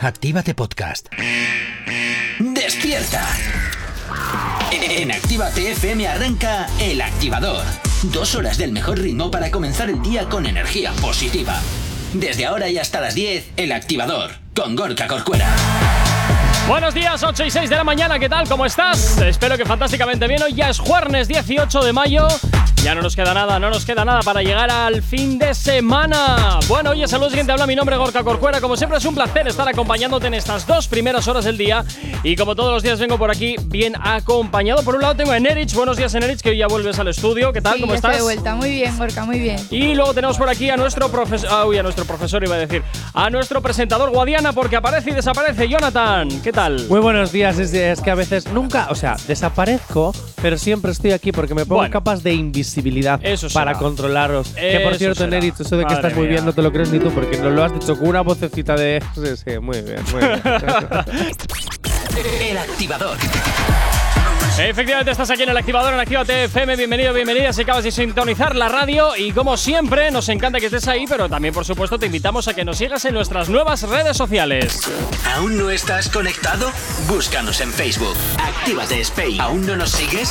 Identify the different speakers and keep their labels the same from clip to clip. Speaker 1: Actívate Podcast.
Speaker 2: ¡Despierta! En Actívate FM arranca El Activador. Dos horas del mejor ritmo para comenzar el día con energía positiva. Desde ahora y hasta las 10, El Activador, con Gorka Corcuera.
Speaker 3: Buenos días, 8 y 6 de la mañana, ¿qué tal? ¿Cómo estás? Espero que fantásticamente bien. Hoy ya es jueves 18 de mayo. Ya no nos queda nada, no nos queda nada para llegar al fin de semana. Bueno, oye, saludos, quien te habla, mi nombre es Gorka Corcuera. Como siempre es un placer estar acompañándote en estas dos primeras horas del día. Y como todos los días vengo por aquí bien acompañado. Por un lado tengo a Enerich, buenos días Enerich, que hoy ya vuelves al estudio. ¿Qué tal?
Speaker 4: Sí,
Speaker 3: ¿Cómo
Speaker 4: ya
Speaker 3: estás?
Speaker 4: de vuelta. Muy bien, Gorka, muy bien.
Speaker 3: Y luego tenemos por aquí a nuestro profesor. Ah, uy, a nuestro profesor iba a decir. A nuestro presentador Guadiana, porque aparece y desaparece. Jonathan, ¿qué tal?
Speaker 5: Muy buenos días, es, es que a veces nunca, o sea, desaparezco, pero siempre estoy aquí porque me pongo
Speaker 3: Bueno.
Speaker 5: capas de invisibilidad
Speaker 3: Eso será.
Speaker 5: para controlaros. que por
Speaker 3: Eso
Speaker 5: cierto,
Speaker 3: será.
Speaker 5: Neritz, eso de que
Speaker 3: Madre
Speaker 5: estás muy
Speaker 3: mía.
Speaker 5: bien no te lo crees ni tú porque no lo has dicho con una vocecita de. Sí, sí, muy bien, muy bien.
Speaker 2: El Activador.
Speaker 3: Efectivamente, estás aquí en el activador en Actívate FM. Bienvenido, bienvenida. Si acabas de sintonizar la radio, y como siempre, nos encanta que estés ahí, pero también, por supuesto, te invitamos a que nos sigas en nuestras nuevas redes sociales.
Speaker 2: ¿Aún no estás conectado? Búscanos en Facebook. Actívate Spain. ¿Aún no nos sigues?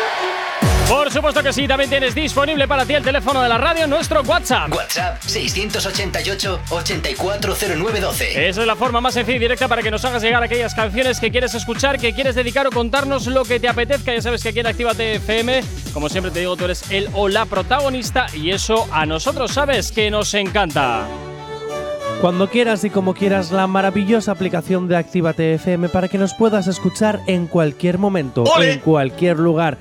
Speaker 3: Por supuesto que sí, también tienes disponible para ti el teléfono de la radio, nuestro WhatsApp.
Speaker 2: WhatsApp 688 840912.
Speaker 3: Esa es la forma más sencilla y directa para que nos hagas llegar aquellas canciones que quieres escuchar, que quieres dedicar o contarnos lo que te apetezca. Ya sabes que aquí en Actívate FM, como siempre te digo, tú eres el o la protagonista y eso a nosotros sabes que nos encanta.
Speaker 5: Cuando quieras y como quieras, la maravillosa aplicación de Actívate FM para que nos puedas escuchar en cualquier momento, en cualquier lugar,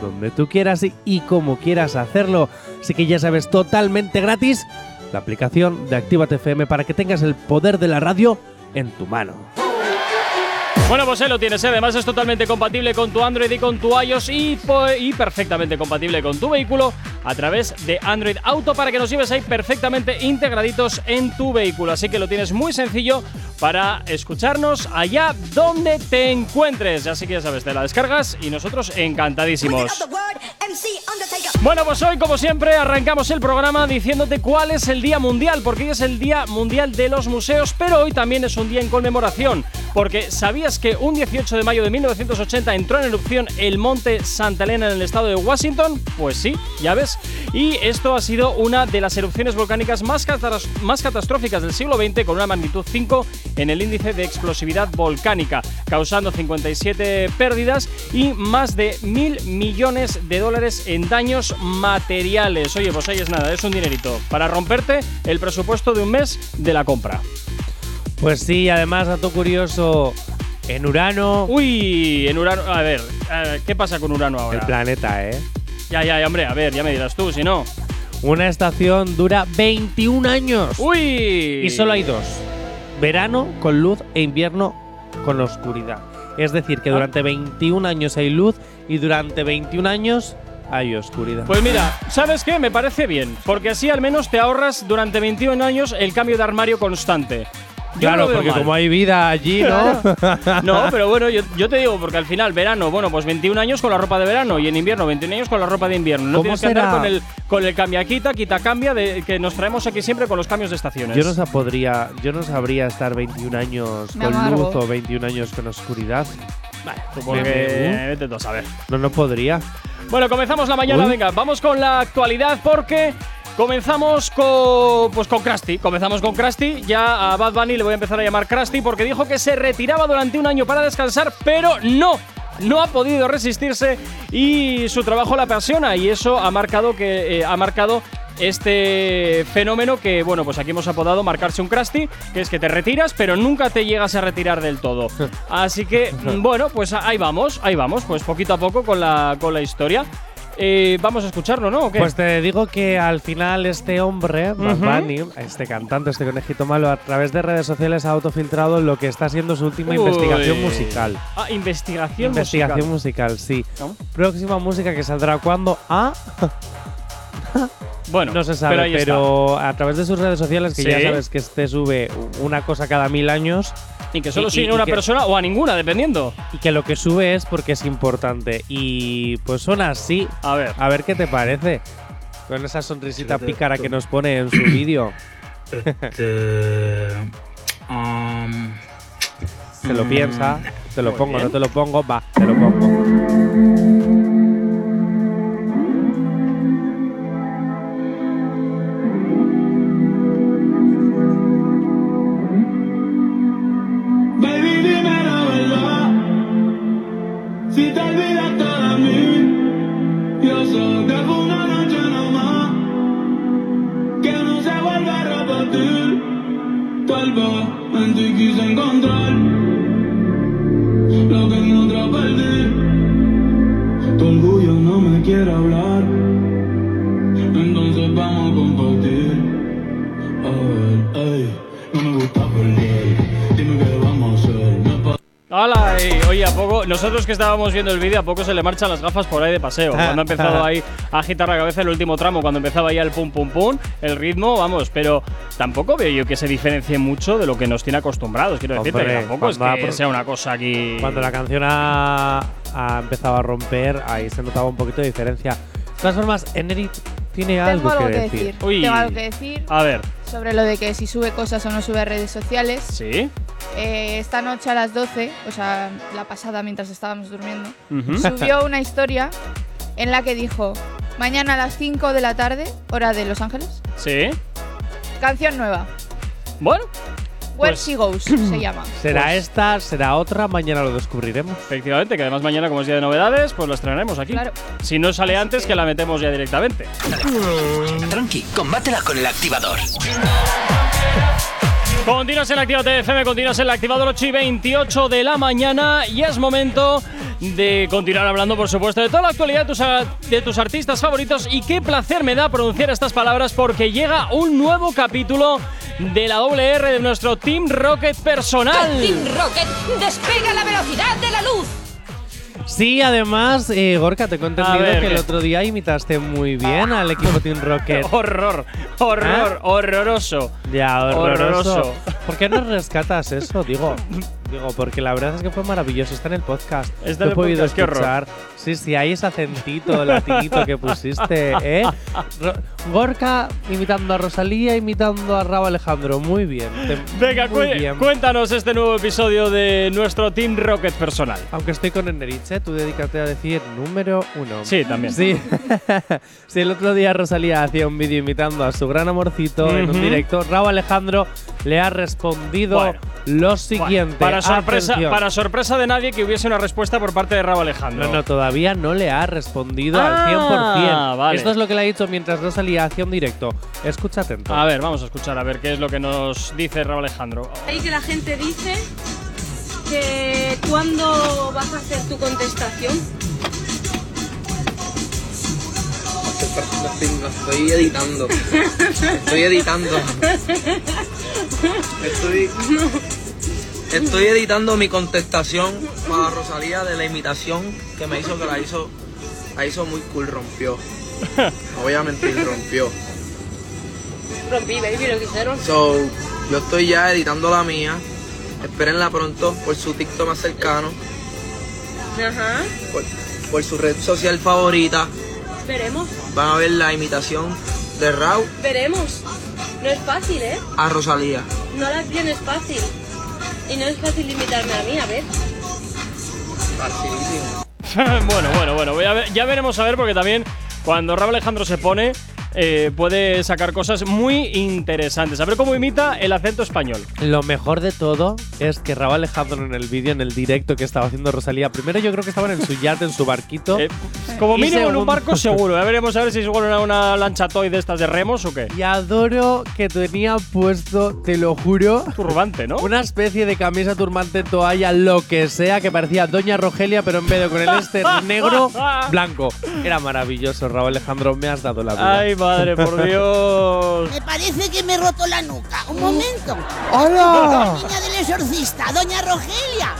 Speaker 5: donde tú quieras y, y como quieras hacerlo. Así que ya sabes, totalmente gratis la aplicación de Actívate FM para que tengas el poder de la radio en tu mano.
Speaker 3: Bueno, pues ahí lo tienes. ¿eh? Además, es totalmente compatible con tu Android y con tu iOS y, po- y perfectamente compatible con tu vehículo a través de Android Auto para que nos lleves ahí perfectamente integraditos en tu vehículo. Así que lo tienes muy sencillo para escucharnos allá donde te encuentres. Así que ya sabes, te la descargas y nosotros encantadísimos. Bueno, pues hoy, como siempre, arrancamos el programa diciéndote cuál es el Día Mundial, porque hoy es el Día Mundial de los Museos, pero hoy también es un día en conmemoración, porque ¿sabías que un 18 de mayo de 1980 entró en erupción el monte Santa Elena en el estado de Washington? Pues sí, ya ves. Y esto ha sido una de las erupciones volcánicas más, catas- más catastróficas del siglo XX, con una magnitud 5 en el índice de explosividad volcánica, causando 57 pérdidas y más de mil millones de dólares en daños materiales. Oye, pues ahí es nada, es un dinerito para romperte el presupuesto de un mes de la compra.
Speaker 5: Pues sí, además, dato curioso, en Urano,
Speaker 3: Uy, en Urano. A ver, a ver, ¿qué pasa con Urano
Speaker 5: el
Speaker 3: ahora?
Speaker 5: planeta, ¿eh?
Speaker 3: Ya, ya, ya, hombre, a ver, ya me dirás tú, si no.
Speaker 5: Una estación dura 21 años.
Speaker 3: Uy.
Speaker 5: Y solo hay dos. Verano con luz e invierno con oscuridad. Es decir, que
Speaker 3: Ah.
Speaker 5: durante 21 años hay luz y durante 21 años hay oscuridad.
Speaker 3: Pues mira, ¿sabes qué? Me parece bien, porque así al menos te ahorras durante 21 años el cambio de armario constante. Yo no lo
Speaker 5: claro,
Speaker 3: veo
Speaker 5: porque
Speaker 3: mal.
Speaker 5: como hay vida allí, ¿no?
Speaker 3: No, pero bueno, yo, yo te digo, porque al final, verano, bueno, pues 21 años con la ropa de verano y en invierno 21 años con la ropa de invierno. No
Speaker 5: ¿Cómo
Speaker 3: tienes que
Speaker 5: será?
Speaker 3: andar con el, con el cambia quita, quita cambia de, que nos traemos aquí siempre con los cambios de estaciones.
Speaker 5: yo no sa- podría, yo no sabría estar 21 años
Speaker 4: Me
Speaker 5: con
Speaker 4: amargo.
Speaker 5: luz o 21 años con oscuridad.
Speaker 3: Vale, supongo
Speaker 5: Me-
Speaker 3: que.
Speaker 5: me-
Speaker 3: Vete tú a saber.
Speaker 5: No, no podría.
Speaker 3: Bueno, comenzamos la mañana,
Speaker 5: Uy.
Speaker 3: venga, vamos con la actualidad porque comenzamos con pues con Krusty, comenzamos con Krusty, ya a Bad Bunny le voy a empezar a llamar Krusty porque dijo que se retiraba durante un año para descansar, pero no no ha podido resistirse y su trabajo la apasiona y eso ha marcado que eh, ha marcado este fenómeno que, bueno, pues aquí hemos apodado marcarse un crusty, que es que te retiras, pero nunca te llegas a retirar del todo. Así que, mm, bueno, pues ahí vamos, ahí vamos, pues poquito a poco con la, con la historia. Eh, vamos a escucharlo, ¿no? ¿O qué?
Speaker 5: Pues te digo que al final este hombre, Bad
Speaker 3: Ujú.
Speaker 5: Bunny, este cantante, este conejito malo, a través de redes sociales ha autofiltrado lo que está siendo su última investigación
Speaker 3: Uy.
Speaker 5: musical.
Speaker 3: Ah, investigación,
Speaker 5: Investigación
Speaker 3: musical.
Speaker 5: musical, sí.
Speaker 3: ¿No?
Speaker 5: Próxima música que saldrá cuando ah,
Speaker 3: Bueno,
Speaker 5: no se sabe,
Speaker 3: ahí
Speaker 5: pero,
Speaker 3: está.
Speaker 5: a través de sus redes sociales, que
Speaker 3: Sí.
Speaker 5: ya sabes que este sube una cosa cada mil años,
Speaker 3: Y que solo
Speaker 5: Y- y-
Speaker 3: sigue
Speaker 5: y
Speaker 3: una
Speaker 5: que-
Speaker 3: persona o a ninguna, dependiendo.
Speaker 5: Y que lo que sube es porque es importante. Y pues son así.
Speaker 3: A ver.
Speaker 5: A ver qué te parece. Con esa sonrisita
Speaker 1: Espérate,
Speaker 5: pícara que
Speaker 1: toma.
Speaker 5: nos pone en su vídeo.
Speaker 1: Este, um,
Speaker 5: Se lo
Speaker 1: Mm.
Speaker 5: piensa. Te lo
Speaker 3: Muy
Speaker 5: pongo,
Speaker 3: bien.
Speaker 5: no te lo pongo. Va, te lo pongo.
Speaker 6: Baby, dime la verdad. Si te olvidaste de mí, yo soy de una noche nomás. Que no se vuelva a repetir. Tal vez en ti quise encontrar lo que en otra perdí. Tu orgullo no me quiere hablar. Entonces vamos a compartir. A ver, ey, no me gusta perder. Dime qué vamos a hacer. No es pa-
Speaker 3: ¡Hala! Y, Oye, a poco, nosotros que estábamos viendo el vídeo, a poco se le marchan las gafas por ahí de paseo. Cuando ha empezado ahí a agitar la cabeza el último tramo, cuando empezaba ya el pum pum pum, el ritmo, vamos, pero tampoco veo yo que se diferencie mucho de lo que nos tiene acostumbrados. Quiero decirte
Speaker 5: Hombre,
Speaker 3: que tampoco es
Speaker 5: cuando
Speaker 3: que
Speaker 5: ha-
Speaker 3: sea una cosa aquí.
Speaker 5: Cuando la canción ha, ha empezado a romper, ahí se notaba un poquito de diferencia. De todas formas, Enerit tiene
Speaker 4: Tengo
Speaker 5: algo
Speaker 4: algo
Speaker 5: que
Speaker 4: que
Speaker 5: decir.
Speaker 4: decir.
Speaker 3: Uy.
Speaker 4: Tengo algo que decir
Speaker 3: A ver,
Speaker 4: sobre lo de que si sube cosas o no sube a redes sociales.
Speaker 3: sí.
Speaker 4: Eh, esta noche a las 12, o sea, la pasada mientras estábamos durmiendo,
Speaker 3: Ujú.
Speaker 4: subió una historia en la que dijo: Mañana a las 5 de la tarde, hora de Los Ángeles,
Speaker 3: Sí.
Speaker 4: canción nueva.
Speaker 3: Bueno,
Speaker 4: Where
Speaker 3: Pues-
Speaker 4: She Goes se llama.
Speaker 5: Será
Speaker 3: Pues-
Speaker 5: esta, será otra, mañana lo descubriremos.
Speaker 3: efectivamente, que además mañana, como es día de novedades, pues la estrenaremos aquí.
Speaker 4: Claro.
Speaker 3: Si no sale antes, que la metemos ya directamente.
Speaker 2: Tranqui, combátela con el activador.
Speaker 3: Continuas en Actívate FM, continuas en el activador 8 y 28 de la mañana y es momento de continuar hablando, por supuesto, de toda la actualidad de tus, a- de tus artistas favoritos y qué placer me da pronunciar estas palabras porque llega un nuevo capítulo de la WR de nuestro Team Rocket personal.
Speaker 7: Team Rocket despega la velocidad de la luz.
Speaker 5: Sí, además, eh, Gorka, te he entendido
Speaker 3: ver,
Speaker 5: que el
Speaker 3: ¿qué?
Speaker 5: otro día imitaste muy bien al equipo Team Rocket.
Speaker 3: Horror, horror,
Speaker 5: ¿Ah?
Speaker 3: horroroso.
Speaker 5: Ya, horroroso.
Speaker 3: Horroroso.
Speaker 5: ¿Por qué no rescatas eso? Digo, digo, porque la verdad es que fue maravilloso. Está en el podcast.
Speaker 3: Está
Speaker 5: Lo
Speaker 3: en
Speaker 5: he
Speaker 3: el
Speaker 5: podido
Speaker 3: podcast, qué horror.
Speaker 5: escuchar. Sí, sí, hay ese acentito latinito que pusiste, ¿eh? Ro- Gorka imitando a Rosalía, imitando a Rabo Alejandro. Muy bien. te-
Speaker 3: Venga,
Speaker 5: muy
Speaker 3: cué-
Speaker 5: bien.
Speaker 3: cuéntanos este nuevo episodio de nuestro Team Rocket personal.
Speaker 5: Aunque estoy con Eneriche, tú dedícate a decir número uno.
Speaker 3: Sí, también.
Speaker 5: Sí. si el otro día Rosalía hacía un vídeo imitando a su gran amorcito en
Speaker 3: Ujú.
Speaker 5: un directo, Raúl Alejandro le ha respondido
Speaker 3: Bueno.
Speaker 5: lo siguiente.
Speaker 3: para, sorpresa,
Speaker 5: Atención.
Speaker 3: para sorpresa de nadie que hubiese una respuesta por parte de Rabo Alejandro.
Speaker 5: No, no, todavía no le ha respondido
Speaker 3: Ah,
Speaker 5: al 100%.
Speaker 3: vale.
Speaker 5: Esto es lo que le ha dicho mientras Rosalía hacía un directo. Escucha atento.
Speaker 3: A ver, vamos a escuchar a ver qué es lo que nos dice Raúl Alejandro.
Speaker 8: Ahí que la gente dice que cuándo vas a hacer tu contestación.
Speaker 9: Lo estoy, lo estoy editando. Estoy editando. Estoy. Estoy editando mi contestación para Rosalía de la imitación que me hizo que la hizo. La hizo muy cool, rompió. No voy a mentir, rompió.
Speaker 8: Rompí, baby, lo que hicieron.
Speaker 9: So, yo estoy ya editando la mía. Espérenla pronto por su TikTok más cercano,
Speaker 8: Ajá.
Speaker 9: por, por su red social favorita.
Speaker 8: Veremos,
Speaker 9: Van a ver la imitación de Raúl
Speaker 8: veremos. No es fácil, ¿eh?
Speaker 9: a Rosalía.
Speaker 8: No la tienes fácil. Y no es fácil limitarme a mí, a ver.
Speaker 9: Facilísimo.
Speaker 3: bueno, bueno, bueno, voy a ver- ya veremos a ver porque también cuando Raúl Alejandro se pone eh, puede sacar cosas muy interesantes. A ver cómo imita el acento español.
Speaker 5: Lo mejor de todo es que Raúl Alejandro en el vídeo, en el directo que estaba haciendo Rosalía, primero yo creo que estaban en su yate, en su barquito.
Speaker 3: Eh, como
Speaker 5: Y
Speaker 3: mínimo en un
Speaker 5: segundo-
Speaker 3: barco seguro. Ya veremos a ver si es igual una, una lancha toy de estas de remos o qué.
Speaker 5: Y adoro que tenía puesto, te lo juro,
Speaker 3: Turbante, ¿no?
Speaker 5: una especie de camisa turmante, toalla, lo que sea, que parecía Doña Rogelia, pero en vez de con el este negro, blanco. Era maravilloso, Raúl Alejandro, me has dado la vida.
Speaker 3: Ay, madre, por Dios.
Speaker 10: Me parece que me he roto la nuca. Un momento.
Speaker 8: Mm.
Speaker 5: ¡Hala!
Speaker 10: Niña del exorcista, doña Rogelia.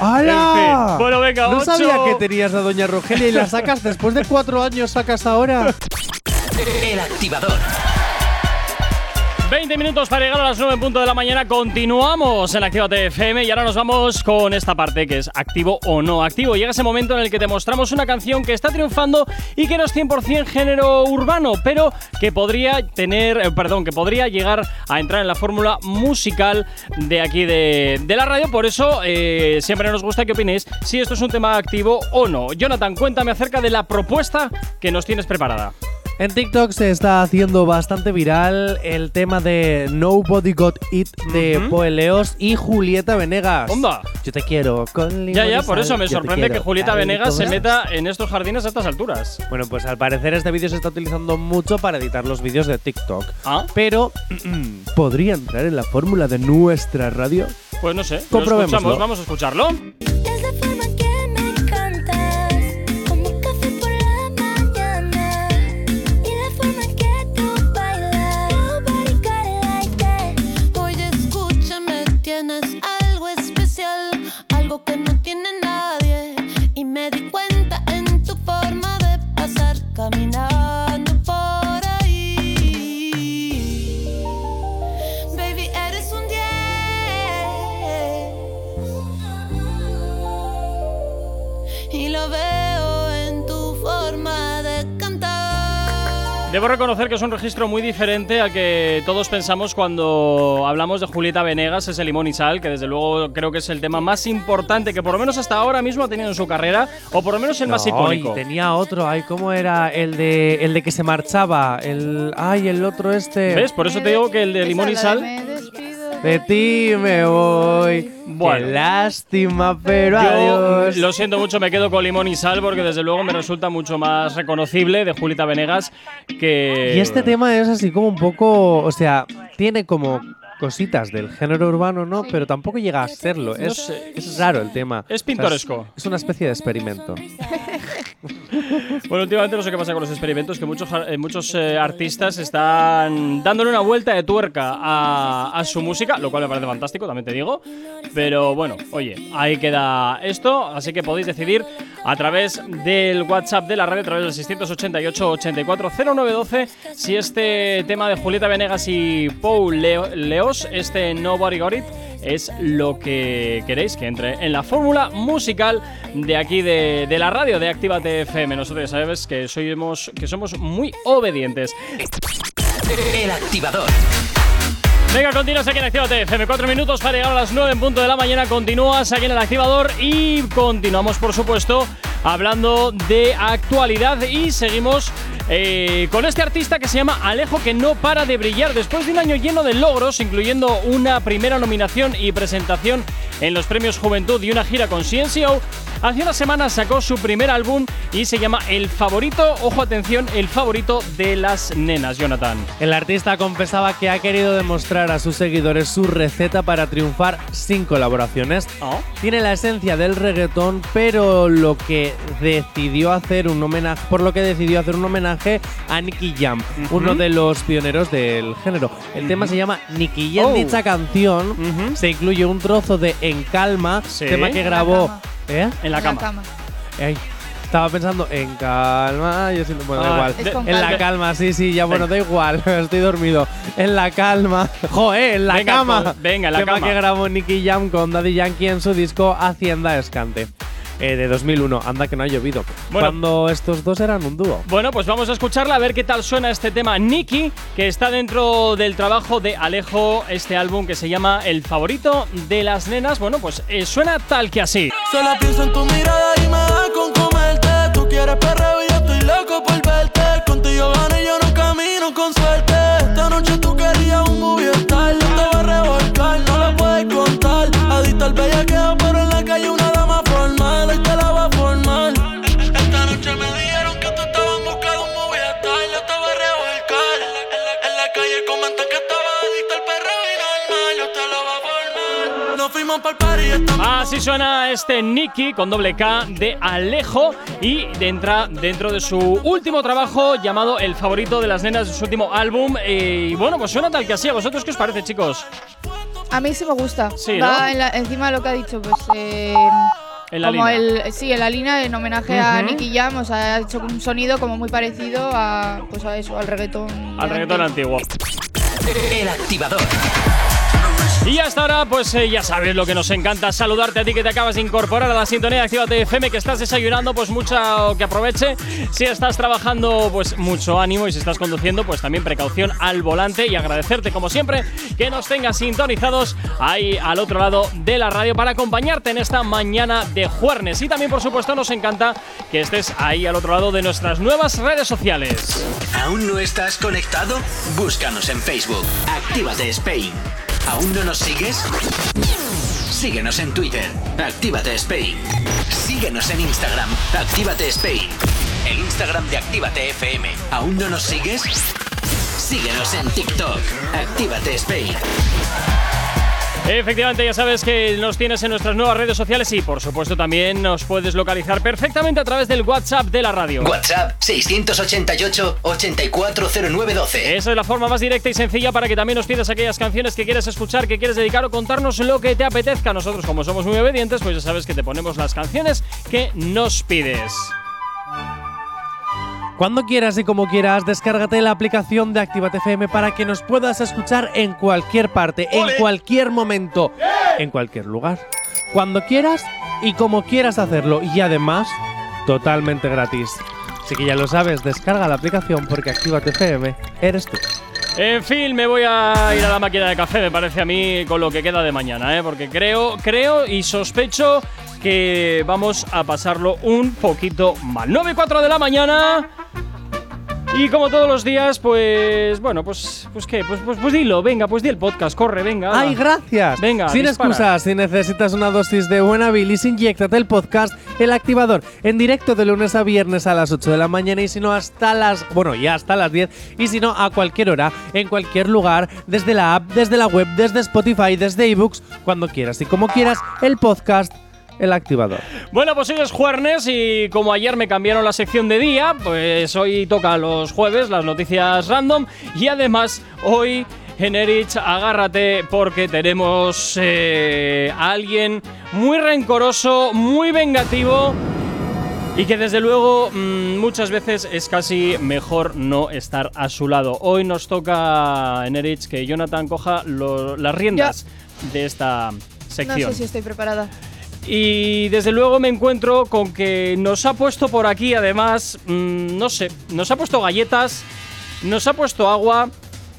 Speaker 5: ¡Hala!
Speaker 3: En fin. Bueno, venga,
Speaker 5: No
Speaker 3: ocho.
Speaker 5: sabía que tenías a Doña Rogelia y la sacas después de cuatro años, sacas ahora.
Speaker 2: El activador.
Speaker 3: 20 minutos para llegar a las 9 en punto de la mañana. Continuamos en Actívate FM y ahora nos vamos con esta parte que es activo o no activo. Llega ese momento en el que te mostramos una canción que está triunfando y que no es 100% género urbano, pero que podría tener, eh, perdón, que podría llegar a entrar en la fórmula musical de aquí de, de la radio. Por eso eh, siempre nos gusta que opinéis si esto es un tema activo o no. Jonathan, cuéntame acerca de la propuesta que nos tienes preparada.
Speaker 5: En TikTok se está haciendo bastante viral el tema de Nobody Got It de
Speaker 3: Ujú.
Speaker 5: Poeleos y Julieta Venegas.
Speaker 3: ¡Onda!
Speaker 5: Yo te quiero con
Speaker 3: Ya,
Speaker 5: limón
Speaker 3: ya,
Speaker 5: y
Speaker 3: por
Speaker 5: sal,
Speaker 3: eso me
Speaker 5: yo te
Speaker 3: sorprende que
Speaker 5: quiero
Speaker 3: Julieta
Speaker 5: tal y
Speaker 3: Venegas se
Speaker 5: como eres.
Speaker 3: meta en estos jardines a estas alturas.
Speaker 5: Bueno, pues al parecer este vídeo se está utilizando mucho para editar los vídeos de TikTok. Pero, ¿podría entrar en la fórmula de nuestra radio?
Speaker 3: Pues no sé. lo
Speaker 5: Comprobémoslo.
Speaker 3: escuchamos, Vamos a escucharlo.
Speaker 11: Oye, escúchame, tienes algo especial, algo que no tiene nadie. Y me di cuenta en tu forma de pasar caminando por ahí. Baby, eres un 10. Y lo veo en tu forma de cantar.
Speaker 3: Debo reconocer que es un registro muy diferente al que todos pensamos cuando hablamos de Julieta Venegas, ese limón y sal, que desde luego creo que es el tema más importante que por lo menos hasta ahora mismo ha tenido en su carrera, o por lo menos el más
Speaker 5: No,
Speaker 3: icónico.
Speaker 5: y tenía otro, ay, ¿cómo era? El de el de que se marchaba, el ay, el otro este.
Speaker 3: ¿Ves? Por eso te digo que el de limón y sal.
Speaker 5: De ti me voy. Qué lástima, pero
Speaker 3: Yo
Speaker 5: adiós.
Speaker 3: lo siento mucho, me quedo con limón y sal porque desde luego me resulta mucho más reconocible de Julieta Venegas que...
Speaker 5: Y este tema es así como un poco, o sea, tiene como cositas del género urbano, ¿no? Pero tampoco llega a serlo.
Speaker 3: No
Speaker 5: Es,
Speaker 3: sé.
Speaker 5: es raro el tema.
Speaker 3: Es
Speaker 5: O sea,
Speaker 3: pintoresco.
Speaker 5: es, una especie de experimento.
Speaker 3: Bueno, últimamente no sé qué pasa con los experimentos, que muchos, eh, muchos eh, artistas están dándole una vuelta de tuerca a, a su música, lo cual me parece fantástico, también te digo. Pero bueno, oye, ahí queda esto, así que podéis decidir a través del WhatsApp de la radio, a través del 688-840912, si este tema de Julieta Venegas y Paul Leo- Leos, este Nobody Got It, es lo que queréis que entre en la fórmula musical de aquí de, de la radio de Actívate FM. Nosotros ya sabes que, soyemos, que somos muy obedientes.
Speaker 2: El activador.
Speaker 3: Venga, continúas aquí en Actívate FM. Cuatro minutos para llegar a las 9 en punto de la mañana. Continúas aquí en el activador y continuamos, por supuesto, hablando de actualidad y seguimos eh, con este artista que se llama Alejo que no para de brillar. Después de un año lleno de logros, incluyendo una primera nominación y presentación en los premios Juventud y una gira con CNCO, hace una semana sacó su primer álbum y se llama El Favorito, ojo atención, El Favorito de las Nenas, Jonathan.
Speaker 5: El artista confesaba que ha querido demostrar a sus seguidores su receta para triunfar sin colaboraciones. Tiene la esencia del reggaetón, pero lo que decidió hacer un homenaje, por lo que decidió hacer un homenaje a Nicky Jam,
Speaker 3: Ujú.
Speaker 5: uno de los pioneros del género. El tema se llama Nicky Jam.
Speaker 3: Oh.
Speaker 5: Dicha canción se incluye un trozo de En Calma, tema que
Speaker 3: En la
Speaker 5: grabó
Speaker 3: cama.
Speaker 5: ¿Eh?
Speaker 3: En
Speaker 4: Ah,
Speaker 3: la cama.
Speaker 5: Ay, estaba pensando en calma, yo siento, bueno,
Speaker 3: Ah,
Speaker 5: da
Speaker 3: es con
Speaker 5: igual. En la
Speaker 3: calma.
Speaker 5: calma, sí, sí, ya bueno, da igual, estoy dormido. En la calma, joe, en la
Speaker 3: Venga,
Speaker 5: cama.
Speaker 3: pues, venga, en la
Speaker 5: Tema
Speaker 3: cama.
Speaker 5: que grabó Nicky Jam con Daddy Yankee en su disco Hacienda Escante. eh, de 2001, anda que no ha llovido.
Speaker 3: Bueno.
Speaker 5: Cuando estos dos eran un dúo.
Speaker 3: Bueno, pues vamos a escucharla a ver qué tal suena este tema Nicky, que está dentro del trabajo de Alejo, este álbum que se llama El favorito de las nenas. Bueno, pues eh, suena tal que así.
Speaker 12: Solo pienso en tu mirada y me da con comerte. Tú quieres perreo y yo estoy loco por verte. Contigo gano y yo no camino con suerte. Esta noche tú querías un movie star. No te va a revolcar, no lo puedes contar. Adicto al bellaqueo, pero en la calle una dama formal. Hoy te la va a formar. Esta noche me dijeron que tú estabas en busca de un movie star. No te va a revolcar. En la, en la calle comentan que estaba adicto al perreo y normal. Yo te la va a formar. Nos fuimos pa'l party y estamos
Speaker 3: Así suena este Nicky con doble K de Alejo y entra dentro de su último trabajo llamado El favorito de las nenas, su último álbum. Y bueno, pues suena tal que así. ¿A vosotros qué os parece, chicos?
Speaker 4: A mí sí me gusta.
Speaker 3: Sí,
Speaker 4: Va
Speaker 3: ¿no?
Speaker 4: en la- encima de lo que ha dicho, pues. eh,
Speaker 3: En la
Speaker 4: como
Speaker 3: línea.
Speaker 4: el sí en la línea en homenaje a
Speaker 3: Ujú.
Speaker 4: Nicky Jam o sea ha hecho un sonido como muy parecido a pues a eso al reggaetón
Speaker 3: Al reggaetón antiguo.
Speaker 2: El activador.
Speaker 3: Y hasta ahora, pues eh, ya sabes lo que nos encanta, saludarte a ti que te acabas de incorporar a la sintonía de Actívate FM, que estás desayunando, pues mucho que aproveche. Si estás trabajando, pues mucho ánimo y si estás conduciendo, pues también precaución al volante y agradecerte como siempre que nos tengas sintonizados ahí al otro lado de la radio para acompañarte en esta mañana de jueves. Y también, por supuesto, nos encanta que estés ahí al otro lado de nuestras nuevas redes sociales.
Speaker 2: ¿Aún no estás conectado? Búscanos en Facebook. Actívate Spain. ¿Aún no nos sigues? Síguenos en Twitter. Actívate Spain. Síguenos en Instagram. Actívate Spain. El Instagram de Actívate FM. ¿Aún no nos sigues? Síguenos en TikTok. Actívate Spain.
Speaker 3: Efectivamente, ya sabes que nos tienes en nuestras nuevas redes sociales y, por supuesto, también nos puedes localizar perfectamente a través del WhatsApp de la radio.
Speaker 2: WhatsApp 688-840912.
Speaker 3: Esa es la forma más directa y sencilla para que también nos pidas aquellas canciones que quieres escuchar, que quieres dedicar o contarnos lo que te apetezca. Nosotros, como somos muy obedientes, pues ya sabes que te ponemos las canciones que nos pides.
Speaker 5: Cuando quieras y como quieras, descárgate la aplicación de Actívate FM para que nos puedas escuchar en cualquier parte, en cualquier momento, en cualquier lugar. Cuando quieras y como quieras hacerlo. Y además, totalmente gratis. Así que ya lo sabes, descarga la aplicación porque Actívate FM eres tú.
Speaker 3: En fin, me voy a ir a la máquina de café, me parece a mí, con lo que queda de mañana, ¿eh? porque creo, creo y sospecho que vamos a pasarlo un poquito mal. 9 y 4 de la mañana. Y como todos los días, pues bueno, pues pues qué, pues, pues, pues dilo, venga, pues di el podcast, corre, venga.
Speaker 5: ¡Ay,
Speaker 3: va.
Speaker 5: gracias!
Speaker 3: Venga,
Speaker 5: Sin
Speaker 3: dispara.
Speaker 5: excusas, si necesitas una dosis de buena bilis, inyectate el podcast El Activador en directo de lunes a viernes a las 8 de la mañana y si no hasta las, bueno, ya hasta las 10 y si no a cualquier hora, en cualquier lugar, desde la app, desde la web, desde Spotify, desde ebooks, cuando quieras y como quieras, el podcast El Activador.
Speaker 3: Bueno, pues hoy es jueves y como ayer me cambiaron la sección de día, pues hoy toca los jueves las noticias random y además hoy en Erich agárrate porque tenemos eh, a alguien muy rencoroso, muy vengativo. Y que desde luego mm, muchas veces es casi mejor no estar a su lado. Hoy nos toca en Erich que Jonathan coja lo- las riendas de esta sección.
Speaker 4: No sé si estoy preparada.
Speaker 3: Y desde luego me encuentro con que nos ha puesto por aquí, además, mm, no sé, nos ha puesto galletas, nos ha puesto agua.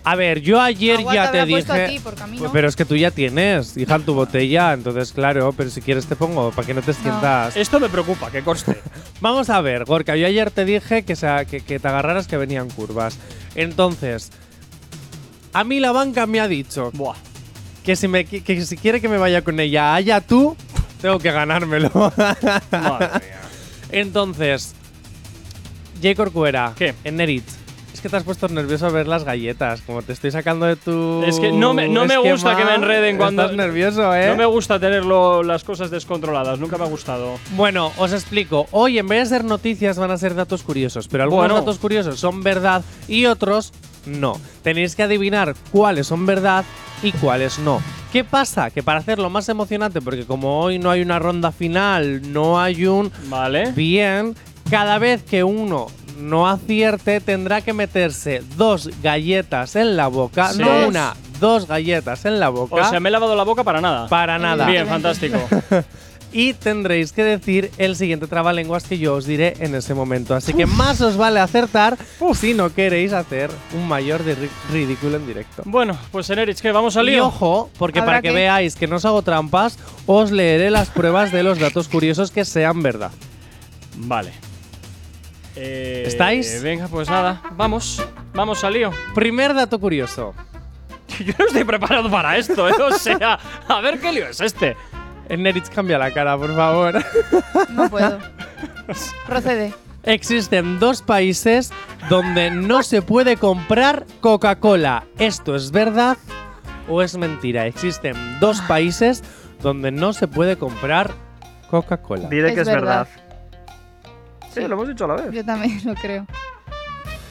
Speaker 5: A ver, yo ayer
Speaker 4: Agua
Speaker 5: ya
Speaker 4: te
Speaker 5: te,
Speaker 4: habrá puesto
Speaker 5: dije.
Speaker 4: a ti, porque a mí no.
Speaker 5: Pero es que tú ya tienes, hija, en tu botella, entonces claro, pero si quieres te pongo para que no te sientas.
Speaker 3: Esto me preocupa, que conste.
Speaker 5: Vamos a ver, Gorka, yo ayer te dije que, sa- que, que te agarraras que venían curvas. Entonces, a mí la banca me ha dicho que si me qui- que si quiere que me vaya con ella allá tú, tengo que ganármelo. Entonces, Jake Corcuera, ¿qué? En Nerit. Es que te has puesto nervioso a ver las galletas, como te estoy sacando de tu.
Speaker 3: Es que no me, no me
Speaker 5: esquema,
Speaker 3: gusta que me enreden cuando.
Speaker 5: Estás nervioso, ¿eh?
Speaker 3: No me gusta tenerlo las cosas descontroladas, nunca me ha gustado.
Speaker 5: Bueno, os explico. Hoy en vez de ser noticias van a ser datos curiosos, pero algunos
Speaker 3: Bueno.
Speaker 5: datos curiosos son verdad y otros no. Tenéis que adivinar cuáles son verdad y cuáles no. ¿Qué pasa? Que para hacerlo más emocionante, porque como hoy no hay una ronda final, no hay un
Speaker 3: vale.
Speaker 5: bien, cada vez que uno no acierte tendrá que meterse dos galletas en la boca,
Speaker 3: Sí.
Speaker 5: no una, dos galletas en la boca.
Speaker 3: O sea, me he lavado la boca para nada.
Speaker 5: Para nada.
Speaker 3: Bien, fantástico.
Speaker 5: y tendréis que decir el siguiente trabalenguas que yo os diré en ese momento. Así que más os vale acertar si no queréis hacer un mayor de ri- ridículo en directo.
Speaker 3: bueno, pues Enerich, que vamos al lío.
Speaker 5: Y ojo, porque
Speaker 3: Habrá
Speaker 5: para que,
Speaker 3: que-
Speaker 5: veáis que no os hago trampas, os leeré las pruebas de los datos curiosos que sean verdad.
Speaker 3: Vale. Eh,
Speaker 5: ¿Estáis?
Speaker 3: Venga, pues nada, vamos, vamos al lío.
Speaker 5: Primer dato curioso.
Speaker 3: Yo no estoy preparado para esto, ¿eh? O sea, a ver qué lío es este.
Speaker 5: Neritz, cambia la cara, por favor.
Speaker 4: No puedo. Procede.
Speaker 5: Existen dos países donde no se puede comprar Coca-Cola. ¿Esto es verdad o es mentira? Existen dos países donde no se puede comprar Coca-Cola.
Speaker 4: Diré que Es es verdad.
Speaker 3: Sí, lo hemos dicho a la vez.
Speaker 4: Yo también lo creo.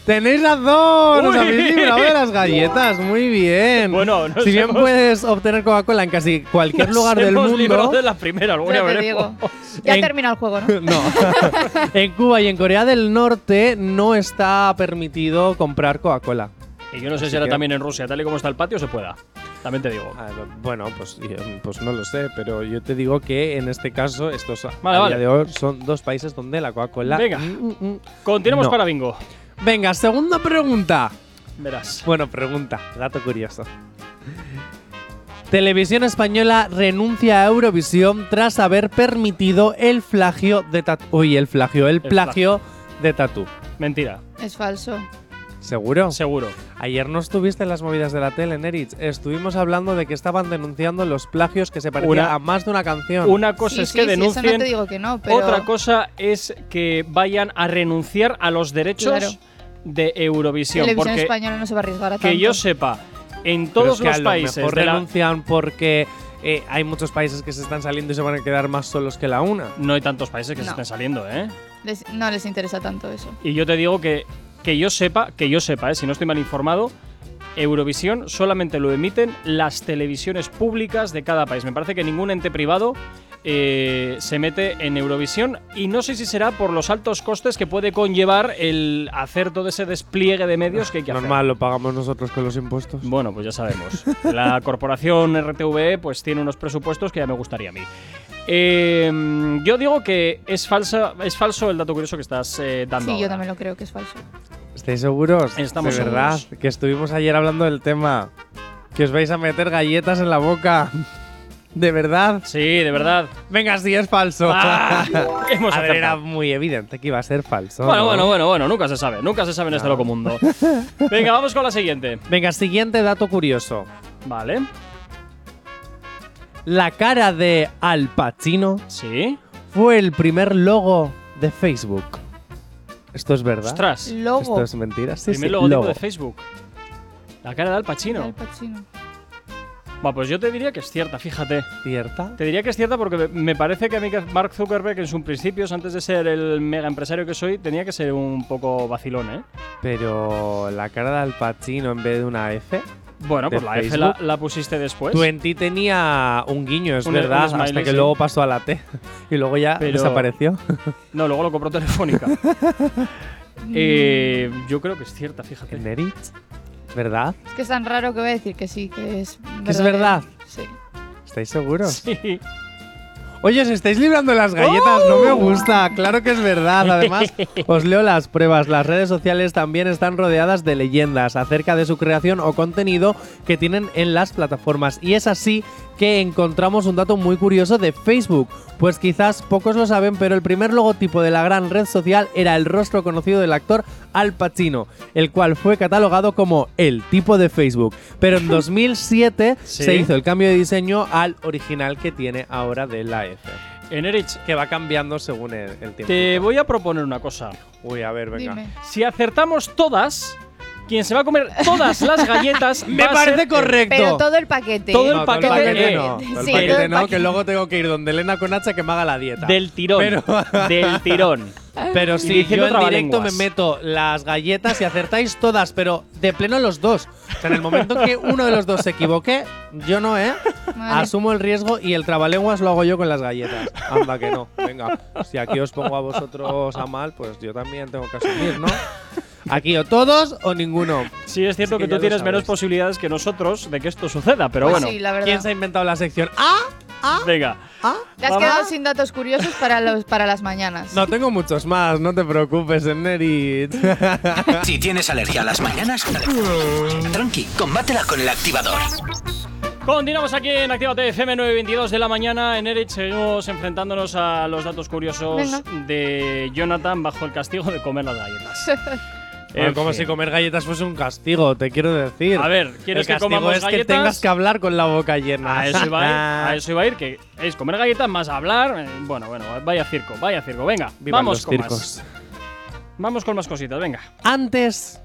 Speaker 5: ¡Tenéis razón! ¡Os
Speaker 4: Uy.
Speaker 5: habéis librado de las galletas! ¡Muy bien! Bueno,
Speaker 3: nos
Speaker 5: Si bien
Speaker 3: hemos-
Speaker 5: puedes obtener Coca-Cola en casi cualquier
Speaker 3: Nos
Speaker 5: lugar del
Speaker 3: hemos librado
Speaker 5: mundo.
Speaker 3: de las primeras, alguna
Speaker 4: Ya te
Speaker 3: vez.
Speaker 4: digo. Ya
Speaker 5: En-
Speaker 4: termina el juego, ¿no?
Speaker 5: No. en Cuba y en Corea del Norte no está permitido comprar Coca-Cola.
Speaker 3: Y yo no sé
Speaker 5: Así
Speaker 3: si ahora
Speaker 5: que-
Speaker 3: también en Rusia, tal y como está el patio, se pueda. También te digo.
Speaker 5: Ah, Bueno, pues, yo- pues no lo sé, pero yo te digo que en este caso estos a
Speaker 3: Vale,
Speaker 5: día
Speaker 3: vale.
Speaker 5: de hoy son dos países donde la Coca-Cola. Mm,
Speaker 3: Venga, continuemos
Speaker 5: No.
Speaker 3: para bingo.
Speaker 5: Venga, segunda pregunta.
Speaker 3: Verás.
Speaker 5: Bueno, pregunta, dato curioso. Televisión Española renuncia a Eurovisión tras haber permitido el flagio de Tatu. Uy, el flagio, el, plagio, de Tatu.
Speaker 3: Mentira.
Speaker 4: Es falso.
Speaker 5: ¿Seguro?
Speaker 3: Seguro.
Speaker 5: Ayer no estuviste en las movidas de la tele, Neritz. Estuvimos hablando de que estaban denunciando los plagios que se parecían
Speaker 3: Una-
Speaker 5: a más de una canción.
Speaker 3: Una cosa
Speaker 4: Sí,
Speaker 3: es
Speaker 4: sí,
Speaker 3: que
Speaker 4: sí, eso no
Speaker 3: denuncien.
Speaker 4: te digo que no, pero-
Speaker 3: Otra cosa es que vayan a renunciar a los derechos
Speaker 4: Claro.
Speaker 3: de Eurovisión.
Speaker 4: Televisión
Speaker 3: porque
Speaker 4: española no se va a arriesgar a tanto.
Speaker 3: que yo sepa, en
Speaker 5: Pero
Speaker 3: todos
Speaker 5: es que
Speaker 3: los
Speaker 5: a
Speaker 3: países
Speaker 5: Lo mejor
Speaker 3: de la-
Speaker 5: renuncian porque eh, hay muchos países que se están saliendo y se van a quedar más solos que la una.
Speaker 3: No hay tantos países que se
Speaker 4: No.
Speaker 3: estén saliendo, ¿eh?
Speaker 4: Les- no les interesa tanto eso.
Speaker 3: Y yo te digo que, que yo sepa, que yo sepa, ¿eh? si no estoy mal informado, Eurovisión solamente lo emiten las televisiones públicas de cada país. Me parece que ningún ente privado eh, se mete en Eurovisión y no sé si será por los altos costes que puede conllevar el hacer todo ese despliegue de medios que hay que hacer.
Speaker 5: Normal, lo pagamos nosotros con los impuestos.
Speaker 3: Bueno, pues ya sabemos. La corporación RTVE pues tiene unos presupuestos que ya me gustaría a mí. Eh, yo digo que es, falsa, es falso el dato curioso que estás eh, dando.
Speaker 4: Sí, yo
Speaker 3: ahora.
Speaker 4: también lo creo que es falso.
Speaker 5: ¿Estáis seguros?
Speaker 3: Estamos
Speaker 5: De verdad,
Speaker 3: seguros.
Speaker 5: que estuvimos ayer hablando del tema. Que os vais a meter galletas en la boca. ¿De verdad?
Speaker 3: Sí, de verdad.
Speaker 5: Venga, sí, es falso.
Speaker 3: Ah, hemos
Speaker 5: a ver, era
Speaker 3: acertado.
Speaker 5: muy evidente que iba a ser falso.
Speaker 3: Bueno,
Speaker 5: ¿no?
Speaker 3: bueno, bueno, bueno, nunca se sabe, nunca se sabe en este loco mundo. Venga, vamos con la siguiente.
Speaker 5: Venga, siguiente dato curioso.
Speaker 3: Vale.
Speaker 5: La cara de Al Pacino
Speaker 3: ¿Sí?
Speaker 5: fue el primer logo de Facebook. Esto es verdad.
Speaker 3: Ostras.
Speaker 4: Logo.
Speaker 5: Esto es mentira. Sí,
Speaker 3: Primer
Speaker 5: sí,
Speaker 3: logotipo
Speaker 5: logo.
Speaker 3: de Facebook. La cara de Al Pacino.
Speaker 4: Al Pacino.
Speaker 3: Va, pues yo te diría que es cierta, fíjate.
Speaker 5: ¿Cierta?
Speaker 3: Te diría que es cierta porque me parece que a mí que Mark Zuckerberg en sus principios, antes de ser el mega empresario que soy, tenía que ser un poco vacilón, ¿eh?
Speaker 5: Pero la cara de Al Pacino en vez de una F.
Speaker 3: Bueno,
Speaker 5: ¿De
Speaker 3: pues la F
Speaker 5: Facebook?
Speaker 3: la, la pusiste después.
Speaker 5: Twenty tenía un guiño, es
Speaker 3: Un- un
Speaker 5: verdad,
Speaker 3: smiley,
Speaker 5: hasta que
Speaker 3: sí.
Speaker 5: luego pasó a la T y luego ya
Speaker 3: Pero-
Speaker 5: desapareció.
Speaker 3: No, luego lo compró Telefónica. Eh, yo creo que es cierta, fíjate.
Speaker 5: Neritz, ¿verdad?
Speaker 4: Es que es tan raro que voy a decir que sí, que es verdad.
Speaker 5: ¿Que es verdad?
Speaker 4: Sí.
Speaker 5: ¿Estáis seguros?
Speaker 3: Sí.
Speaker 5: Oye, os estáis librando las galletas, no me gusta. Claro que es verdad. Además, os leo las pruebas. Las redes sociales también están rodeadas de leyendas acerca de su creación o contenido que tienen en las plataformas. Y es así que encontramos un dato muy curioso de Facebook. Pues quizás pocos lo saben, pero el primer logotipo de la gran red social era el rostro conocido del actor Al Pacino, el cual fue catalogado como el tipo de Facebook. Pero en 2007
Speaker 3: Sí.
Speaker 5: se hizo el cambio de diseño al original que tiene ahora de la F.
Speaker 3: Enerich,
Speaker 5: Que va cambiando según el, el tiempo.
Speaker 3: te voy a proponer una cosa.
Speaker 5: Uy, a ver, venga.
Speaker 4: Dime.
Speaker 3: Si acertamos todas, quien se va a comer todas las galletas.
Speaker 5: Me
Speaker 3: va a
Speaker 5: parece
Speaker 3: ser-
Speaker 5: correcto.
Speaker 4: Pero todo el paquete.
Speaker 3: Todo el
Speaker 5: No,
Speaker 3: paquete, eh.
Speaker 5: no. todo el
Speaker 4: Sí,
Speaker 5: paquete
Speaker 4: todo el
Speaker 5: no, que
Speaker 4: paquete.
Speaker 5: luego tengo que ir donde Elena Conacha que me haga la dieta.
Speaker 3: Del tirón.
Speaker 5: Pero-
Speaker 3: Del tirón.
Speaker 5: Pero
Speaker 3: Y
Speaker 5: si
Speaker 3: diciendo
Speaker 5: yo en directo me
Speaker 3: trabalenguas.
Speaker 5: meto las galletas y acertáis todas, pero de pleno los dos. O sea, en el momento que uno de los dos se equivoque, yo no, ¿eh?
Speaker 4: Vale.
Speaker 5: Asumo el riesgo y el trabalenguas lo hago yo con las galletas. Anda que no. Venga, si aquí os pongo a vosotros a mal, pues yo también tengo que asumir, ¿no? Aquí o todos o ninguno.
Speaker 3: Sí, es cierto
Speaker 5: Es que
Speaker 3: que,
Speaker 5: ya
Speaker 3: tú
Speaker 5: lo
Speaker 3: tienes menos
Speaker 5: sabes.
Speaker 3: posibilidades que nosotros de que esto suceda, pero
Speaker 4: Pues
Speaker 3: bueno.
Speaker 4: sí, la verdad.
Speaker 5: ¿Quién se ha inventado la sección? ¡Ah! ¡Ah!
Speaker 3: Venga.
Speaker 5: ¡Ah!
Speaker 4: Te has
Speaker 3: ¿Mamá?
Speaker 4: quedado sin datos curiosos para, los, para las mañanas.
Speaker 5: No tengo muchos más, no te preocupes, Nerit.
Speaker 2: Si tienes alergia a las mañanas, tranqui, combátela con el activador.
Speaker 3: Continuamos aquí en Actívate FM 922 de la mañana. En Erich seguimos enfrentándonos a los datos curiosos
Speaker 4: Venga.
Speaker 3: de Jonathan bajo el castigo de comer las galletas.
Speaker 5: Bueno,
Speaker 3: En
Speaker 5: como
Speaker 3: fin.
Speaker 5: si comer galletas fuese un castigo, te quiero decir.
Speaker 3: A ver, ¿quieres que
Speaker 5: El castigo
Speaker 3: comamos
Speaker 5: es
Speaker 3: galletas?
Speaker 5: que tengas que hablar con la boca llena.
Speaker 3: A eso iba a ir, a eso iba a ir, que es comer galletas más hablar. eh, Bueno, bueno, vaya circo, vaya circo. Venga,
Speaker 5: Vivan
Speaker 3: vamos
Speaker 5: los
Speaker 3: con
Speaker 5: circos.
Speaker 3: más. Vamos con más cositas, venga.
Speaker 5: Antes,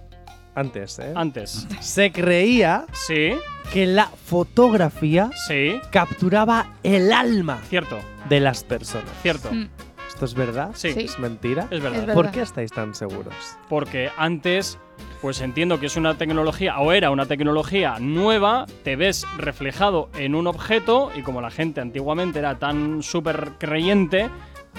Speaker 5: antes, ¿eh?
Speaker 3: Antes.
Speaker 5: se creía
Speaker 3: Sí,
Speaker 5: que la fotografía
Speaker 3: sí,
Speaker 5: capturaba el alma
Speaker 3: cierto,
Speaker 5: de las personas.
Speaker 3: cierto.
Speaker 4: Mm,
Speaker 5: ¿Esto es verdad?
Speaker 3: Sí,
Speaker 4: Sí.
Speaker 5: ¿Es mentira?
Speaker 3: es
Speaker 4: Es
Speaker 3: verdad.
Speaker 4: verdad.
Speaker 5: ¿Por qué estáis tan seguros?
Speaker 3: porque antes, pues entiendo que es una tecnología, o era una tecnología nueva, te ves reflejado en un objeto, y como la gente antiguamente era tan súper creyente,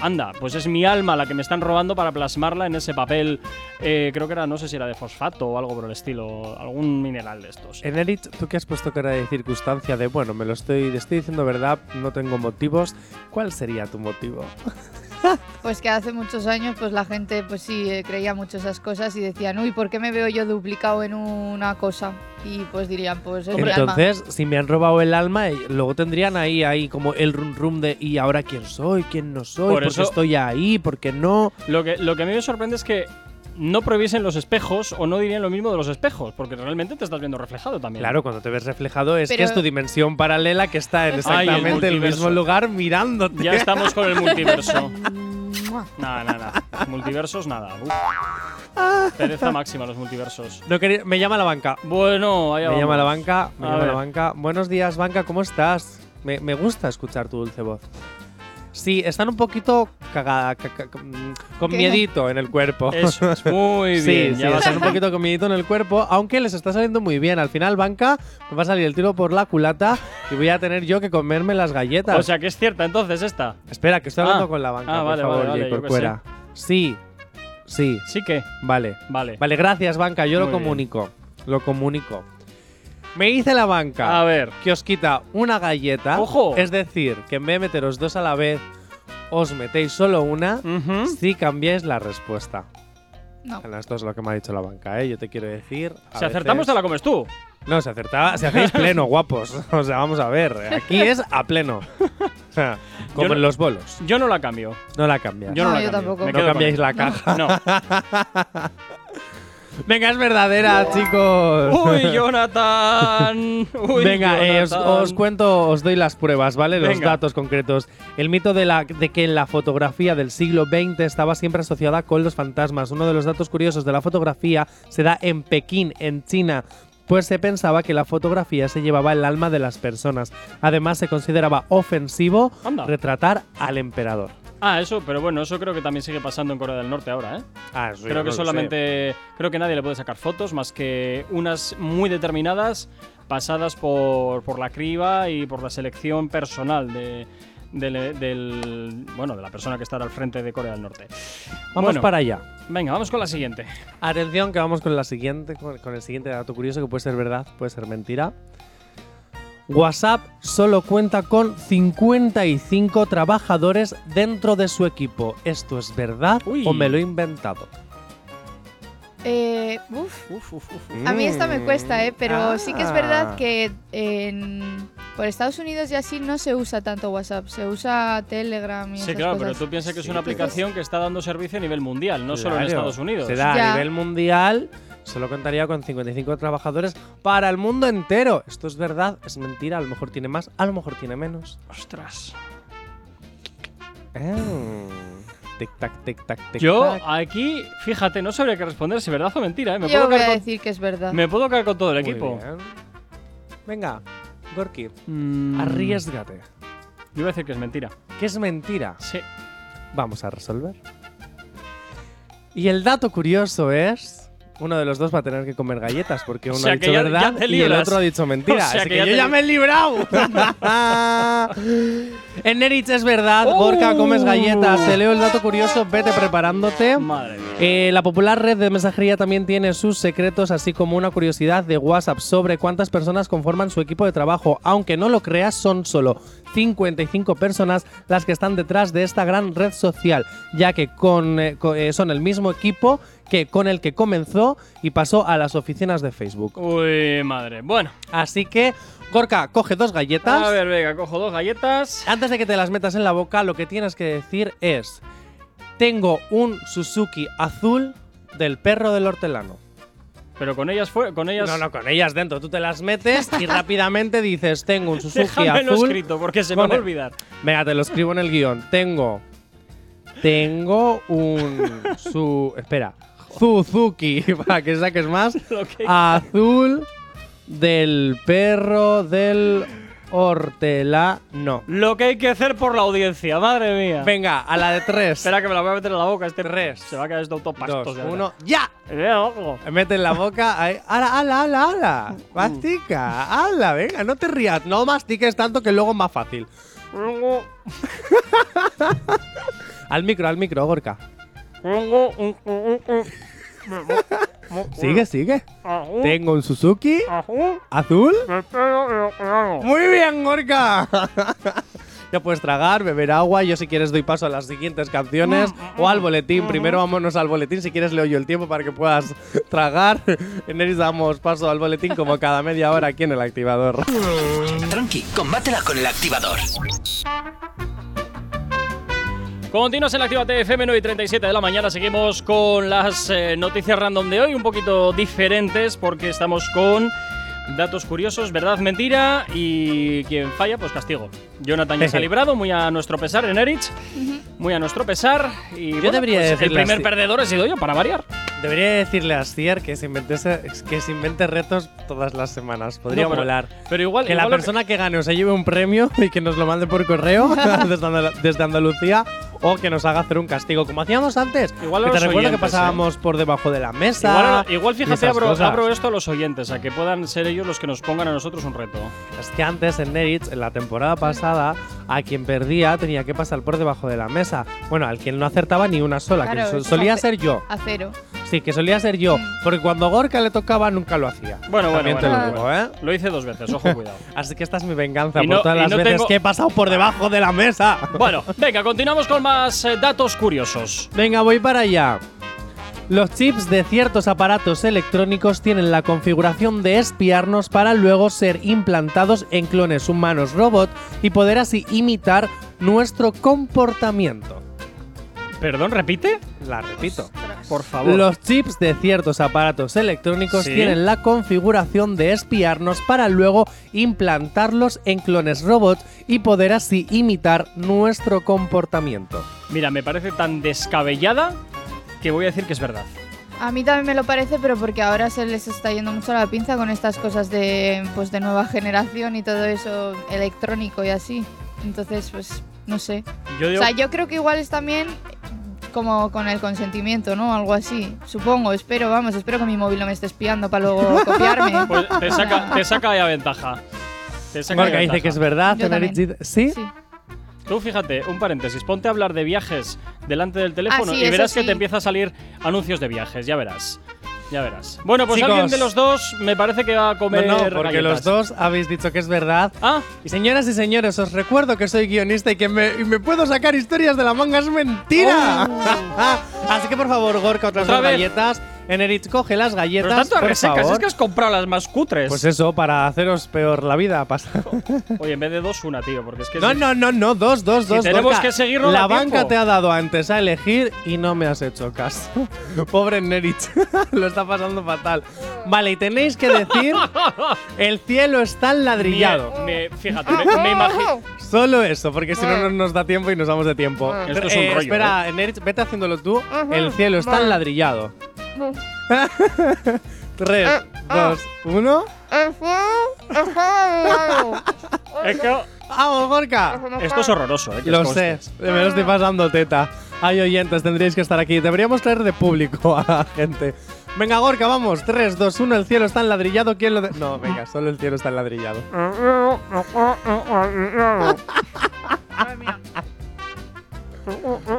Speaker 3: Anda, pues es mi alma la que me están robando para plasmarla en ese papel. eh, creo que era, no sé si era de fosfato o algo por el estilo, algún mineral de estos.
Speaker 5: En Elite, tú que has puesto cara de circunstancia de, bueno, me lo estoy, te estoy diciendo verdad, no tengo motivos. ¿Cuál sería tu motivo?
Speaker 4: Pues que hace muchos años pues la gente pues sí eh, creía mucho esas cosas y decían, uy, ¿por qué me veo yo duplicado en una cosa? Y pues dirían, pues es mi alma.
Speaker 5: Entonces, si me han robado el alma, eh, luego tendrían ahí, ahí como el rum rum de, ¿y ahora quién soy? ¿Quién no soy?
Speaker 3: Por
Speaker 5: ¿Por,
Speaker 3: eso-
Speaker 5: qué estoy ahí? ¿Por qué no?
Speaker 3: Lo que, lo que a mí me sorprende es que no prohibiesen los espejos o no dirían lo mismo de los espejos, porque realmente te estás viendo reflejado también.
Speaker 5: Claro, cuando te ves reflejado es que
Speaker 3: Pero-
Speaker 5: es tu dimensión paralela que está
Speaker 3: Ay,
Speaker 5: en
Speaker 3: el
Speaker 5: exactamente el,
Speaker 3: multiverso.
Speaker 5: mismo lugar mirándote.
Speaker 3: Ya estamos con el multiverso. Nada, nada, nada. Multiversos, nada. Uf. Pereza máxima los multiversos.
Speaker 5: No quería- me llama la banca.
Speaker 3: Bueno,
Speaker 5: Me
Speaker 3: allá
Speaker 5: llama
Speaker 3: vamos.
Speaker 5: la banca, me
Speaker 3: A
Speaker 5: llama la
Speaker 3: ver.
Speaker 5: banca. Buenos días, banca, ¿cómo estás? Me, me gusta escuchar tu dulce voz. Sí, están un poquito cagada, ca- ca- con con
Speaker 3: ¿Qué?
Speaker 5: miedito en el cuerpo.
Speaker 3: Eso es, muy bien,
Speaker 5: Sí,
Speaker 3: ya
Speaker 5: sí,
Speaker 3: vas
Speaker 5: están
Speaker 3: a-
Speaker 5: un poquito con miedito en el cuerpo, aunque les está saliendo muy bien. Al final, banca, me va a salir el tiro por la culata y voy a tener yo que comerme las galletas.
Speaker 3: O sea que es cierta entonces esta.
Speaker 5: Espera, que estoy hablando
Speaker 3: Ah.
Speaker 5: con la banca,
Speaker 3: Ah,
Speaker 5: por
Speaker 3: vale,
Speaker 5: favor,
Speaker 3: vale, vale,
Speaker 5: Jay
Speaker 3: yo qué
Speaker 5: Corcuera. Sí, sí.
Speaker 3: ¿Sí que
Speaker 5: Vale.
Speaker 3: Vale.
Speaker 5: Vale, gracias, banca. Yo lo
Speaker 3: Muy bien.
Speaker 5: comunico. Lo comunico. Me hice la banca.
Speaker 3: A ver.
Speaker 5: Que os quita una galleta.
Speaker 3: Ojo.
Speaker 5: Es decir, que en vez de meteros dos a la vez, os metéis solo una
Speaker 3: Mm.
Speaker 5: si cambiáis la respuesta.
Speaker 4: No.
Speaker 5: Bueno, esto es lo que me ha dicho la banca, ¿eh? Yo te quiero decir. a
Speaker 3: Si acertamos, te
Speaker 5: veces-
Speaker 3: la comes tú.
Speaker 5: No, se acertaba, si hacéis pleno, guapos. O sea, vamos a ver. Aquí es a pleno. O sea, Como
Speaker 3: Yo no-
Speaker 5: en los bolos.
Speaker 3: Yo no la cambio.
Speaker 5: No la cambias.
Speaker 3: Yo no, la cambio. Me quedo
Speaker 5: No
Speaker 3: con
Speaker 5: cambiáis
Speaker 3: él.
Speaker 5: la caja.
Speaker 3: No.
Speaker 5: Venga, es verdadera, chicos.
Speaker 3: Uy, Jonathan. Uy,
Speaker 5: Venga, eh, os,
Speaker 3: Jonathan.
Speaker 5: os cuento, os doy las pruebas, ¿vale? Los
Speaker 3: Venga.
Speaker 5: datos concretos. El mito de, la, de que la fotografía del siglo XX estaba siempre asociada con los fantasmas. Uno de los datos curiosos de la fotografía se da en Pekín, en China. Pues se pensaba que la fotografía se llevaba el alma de las personas. Además, se consideraba ofensivo
Speaker 3: Anda.
Speaker 5: retratar al emperador.
Speaker 3: Ah, eso, pero bueno, eso creo que también sigue pasando en Corea del Norte ahora, ¿eh?
Speaker 5: Ah, eso yo
Speaker 3: creo
Speaker 5: no
Speaker 3: que
Speaker 5: lo sé.
Speaker 3: solamente. Creo que nadie le puede sacar fotos más que unas muy determinadas, pasadas por, por la criba y por la selección personal de. del- del- bueno, de la persona que estará al frente de Corea del Norte.
Speaker 5: Vamos
Speaker 3: Bueno,
Speaker 5: para allá.
Speaker 3: Venga, vamos con la siguiente.
Speaker 5: Atención que vamos con la siguiente, con con el siguiente dato curioso que puede ser verdad, puede ser mentira. WhatsApp solo cuenta con 55 trabajadores dentro de su equipo. ¿Esto es verdad o me lo he inventado?
Speaker 4: Eh, uf. A mí esta me cuesta, ¿eh? Pero sí que es verdad
Speaker 5: Ah.
Speaker 4: que en- por Estados Unidos y así no se usa tanto WhatsApp, se usa Telegram y
Speaker 3: Sí,
Speaker 4: esas
Speaker 3: claro,
Speaker 4: cosas.
Speaker 3: pero tú piensas que es
Speaker 5: Sí,
Speaker 3: una
Speaker 5: entonces-
Speaker 3: aplicación que está dando servicio a nivel mundial, no solo en
Speaker 5: Claro,
Speaker 3: Estados Unidos.
Speaker 5: Se da
Speaker 4: Ya.
Speaker 5: a nivel mundial, solo contaría con 55 trabajadores para el mundo entero. ¿Esto es verdad? ¿Es mentira? A lo mejor tiene más, a lo mejor tiene menos. Eh.
Speaker 3: Ostras.
Speaker 5: Tic tac, tic tac, tic
Speaker 3: Yo
Speaker 5: tac.
Speaker 3: aquí, fíjate, no sabría qué responder, si verdad o mentira, ¿eh? Me
Speaker 4: Yo
Speaker 3: puedo
Speaker 4: voy
Speaker 3: quedar
Speaker 4: a
Speaker 3: con-
Speaker 4: decir que es verdad.
Speaker 3: Me puedo caer con todo el
Speaker 5: Muy
Speaker 3: equipo.
Speaker 5: bien. Venga, Gorky,
Speaker 3: Mm.
Speaker 5: arriesgate.
Speaker 3: Yo voy a decir que es mentira.
Speaker 5: Que es mentira.
Speaker 3: Sí.
Speaker 5: Vamos a resolver. Y el dato curioso es. Uno de los dos va a tener que comer galletas porque uno
Speaker 3: sea
Speaker 5: ha
Speaker 3: que
Speaker 5: dicho
Speaker 3: ya-
Speaker 5: verdad
Speaker 3: ya te
Speaker 5: y el
Speaker 3: libras.
Speaker 5: otro ha dicho mentira.
Speaker 3: O sea
Speaker 5: Así
Speaker 3: que
Speaker 5: que,
Speaker 3: ya
Speaker 5: yo
Speaker 3: te
Speaker 5: ya
Speaker 3: li-
Speaker 5: me he librado. en Neritz es verdad, Gorka, comes galletas. Te leo el dato curioso, vete preparándote.
Speaker 3: Madre mía.
Speaker 5: Eh, la popular red de mensajería también tiene sus secretos, así como una curiosidad de WhatsApp sobre cuántas personas conforman su equipo de trabajo. Aunque no lo creas, son solo 55 personas las que están detrás de esta gran red social, ya que con, eh, co- eh, son el mismo equipo que con el que comenzó y pasó a las oficinas de Facebook.
Speaker 3: Uy, madre. Bueno.
Speaker 5: Así que, Gorka, coge dos galletas.
Speaker 3: A ver, venga, cojo dos galletas.
Speaker 5: Antes de que te las metas en la boca, lo que tienes que decir es: Tengo un Suzuki azul del perro del hortelano.
Speaker 3: Pero con ellas fue. Con ellas.
Speaker 5: No, no, con ellas dentro. Tú te las metes y rápidamente dices, tengo un Suzuki
Speaker 3: Déjamelo
Speaker 5: azul.
Speaker 3: escrito, porque se me va a
Speaker 5: Con el-
Speaker 3: olvidar.
Speaker 5: Venga, te lo escribo en el guión. Tengo... Tengo un... Su... Espera. Suzuki, para que saques más.
Speaker 3: Lo que-
Speaker 5: Azul del perro del hortelano.
Speaker 3: Lo que hay que hacer por la audiencia, madre mía.
Speaker 5: Venga, a la de tres.
Speaker 3: Espera que me la voy a meter en la boca este
Speaker 5: Tres.
Speaker 3: Se va a quedar esto autopasto. Eh,
Speaker 5: Dos, uno, ¡ya!
Speaker 3: Ojo.
Speaker 5: Mete en la boca. ahí. ¡Hala, hala, hala, hala! Mastica, hala, venga, no te rías. No mastiques tanto que luego es más fácil. Al micro, al micro, Gorka.
Speaker 13: Tengo un.
Speaker 5: Sigue, sigue.
Speaker 13: Azul.
Speaker 5: Tengo un Suzuki
Speaker 13: Azul.
Speaker 5: azul.
Speaker 13: Ah, Me pego en los lados.
Speaker 5: Muy bien, Gorka. ya puedes tragar, beber agua. Yo, si quieres, doy paso a las siguientes canciones
Speaker 13: Mm,
Speaker 5: o al boletín. Primero vámonos al boletín. Si quieres, leo yo el tiempo para que puedas tragar. En Eris damos paso al boletín como cada media hora aquí en el activador.
Speaker 2: Tranqui, combátela con el activador.
Speaker 3: Continuas en la Actívate FM 9 y 37 de la mañana. Seguimos con las eh, noticias random de hoy, un poquito diferentes, porque estamos con datos curiosos, verdad, mentira, y quien falla, pues castigo. Jonathan ya se ha librado, muy a nuestro pesar en Erich, muy a nuestro pesar. Y bueno,
Speaker 5: debería
Speaker 3: pues, el
Speaker 5: decirle
Speaker 3: primer
Speaker 5: así.
Speaker 3: perdedor he sido yo, para variar.
Speaker 5: Debería decirle a Stier que se, inventese- que se invente retos todas las semanas. Podría
Speaker 3: No, pero-
Speaker 5: volar.
Speaker 3: pero igual-
Speaker 5: Que
Speaker 3: igual
Speaker 5: la
Speaker 3: lo
Speaker 5: persona que... gane o se lleve un premio y que nos lo mande por correo desde, Andal- desde Andalucía o que nos haga hacer un castigo, como hacíamos antes.
Speaker 3: Igual a
Speaker 5: que te
Speaker 3: los
Speaker 5: recuerdo
Speaker 3: oyentes, eh.
Speaker 5: que pasábamos por debajo de la mesa.
Speaker 3: Igual, igual
Speaker 5: y
Speaker 3: fíjate,
Speaker 5: esas
Speaker 3: abro,
Speaker 5: cosas.
Speaker 3: abro esto a los oyentes, a que puedan ser ellos los que nos pongan a nosotros un reto.
Speaker 5: Es que antes en Nerich, en la temporada pasada, a quien perdía tenía que pasar por debajo de la mesa. Bueno, al quien no acertaba ni una sola,
Speaker 4: Claro,
Speaker 5: que so-
Speaker 4: es
Speaker 5: solía
Speaker 4: ace-
Speaker 5: ser yo.
Speaker 4: Acero.
Speaker 5: Sí, que solía ser yo, porque cuando a Gorka le tocaba nunca lo hacía.
Speaker 3: Bueno, bueno,
Speaker 5: También
Speaker 3: bueno,
Speaker 5: te lo
Speaker 3: bueno,
Speaker 5: digo,
Speaker 3: bueno.
Speaker 5: ¿eh?
Speaker 3: Lo hice dos veces, ojo, cuidado.
Speaker 5: Así que esta es mi venganza
Speaker 3: Y
Speaker 5: por
Speaker 3: no-
Speaker 5: todas
Speaker 3: y
Speaker 5: las
Speaker 3: no
Speaker 5: veces
Speaker 3: tengo-
Speaker 5: que he pasado por debajo de la mesa.
Speaker 3: Bueno, venga, continuamos con más eh, datos curiosos.
Speaker 5: Venga, voy para allá. Los chips de ciertos aparatos electrónicos tienen la configuración de espiarnos para luego ser implantados en clones humanos robot y poder así imitar nuestro comportamiento.
Speaker 3: Perdón, repite.
Speaker 5: La repito.
Speaker 3: Por favor.
Speaker 5: Los chips de ciertos aparatos electrónicos
Speaker 3: Sí.
Speaker 5: tienen la configuración de espiarnos para luego implantarlos en clones robots y poder así imitar nuestro comportamiento.
Speaker 3: Mira, me parece tan descabellada que voy a decir que es verdad.
Speaker 4: A mí también me lo parece, pero porque ahora se les está yendo mucho la pinza con estas cosas de, pues, de nueva generación y todo eso electrónico y así. Entonces, pues, no sé.
Speaker 3: Yo digo-
Speaker 4: O sea, yo creo que igual es también como con el consentimiento, ¿no? Algo así. Supongo, espero, vamos, espero que mi móvil no me esté espiando para luego copiarme.
Speaker 3: Pues te saca, te saca ya ventaja. Te saca ya
Speaker 5: Gorka dice
Speaker 3: ventaja.
Speaker 5: que es verdad.
Speaker 3: Yo
Speaker 5: Tenerit
Speaker 3: también.
Speaker 5: dice- Ah, ¿Sí?
Speaker 3: Tú fíjate, un paréntesis, ponte a hablar de viajes delante del teléfono
Speaker 4: sí,
Speaker 3: y
Speaker 4: eso
Speaker 3: verás que
Speaker 4: sí.
Speaker 3: te empieza a salir anuncios de viajes, ya verás. Ya verás. Bueno, pues
Speaker 5: Chicos.
Speaker 3: alguien de los dos me parece que va a
Speaker 5: No,
Speaker 3: comer
Speaker 5: no, porque los
Speaker 3: galletas.
Speaker 5: dos habéis dicho que es verdad.
Speaker 3: Ah.
Speaker 5: Y señoras y señores, os recuerdo que soy guionista y que me, y me puedo sacar historias de la manga. ¡Es mentira! Así que por favor, Gorka, otras
Speaker 3: Oh. Otra
Speaker 5: dos
Speaker 3: vez.
Speaker 5: galletas. Eneritz, coge las
Speaker 3: Pero
Speaker 5: galletas.
Speaker 3: tanto a
Speaker 5: por
Speaker 3: resecas,
Speaker 5: favor.
Speaker 3: es que has comprado las más cutres.
Speaker 5: Pues eso, para haceros peor la vida. pasa.
Speaker 3: Oye, en vez de dos, una, tío, porque es que...
Speaker 5: No,
Speaker 3: si-
Speaker 5: no, no, no, dos, dos,
Speaker 3: Si
Speaker 5: dos.
Speaker 3: tenemos
Speaker 5: Gorka.
Speaker 3: que seguirnos
Speaker 5: La
Speaker 3: a tiempo.
Speaker 5: banca te ha dado antes a elegir y no me has hecho caso. Pobre Nerich, lo está pasando fatal. Vale, y tenéis que decir: el cielo está ladrillado.
Speaker 3: Me, me- fíjate, me, me imagi-
Speaker 5: Solo eso, porque si no, no nos da tiempo y nos vamos de tiempo. eh,
Speaker 3: Esto es un rollo, ¿eh?
Speaker 5: Espera, Nerich, vete haciéndolo tú. El cielo está
Speaker 3: vale.
Speaker 5: ladrillado. Tres, dos, uno.
Speaker 3: Es que-
Speaker 5: ¡Vamos, Gorka!
Speaker 3: Esto es horroroso, ¿eh? que
Speaker 5: Lo
Speaker 3: os
Speaker 5: sé,
Speaker 3: conste.
Speaker 5: me lo estoy pasando teta. Hay oyentes, tendríais que estar aquí. Deberíamos traer de público a la gente. Venga, Gorka, vamos. 3, 2, 1, el cielo está enladrillado. ¿Quién lo.? de- no, venga, solo el cielo está enladrillado.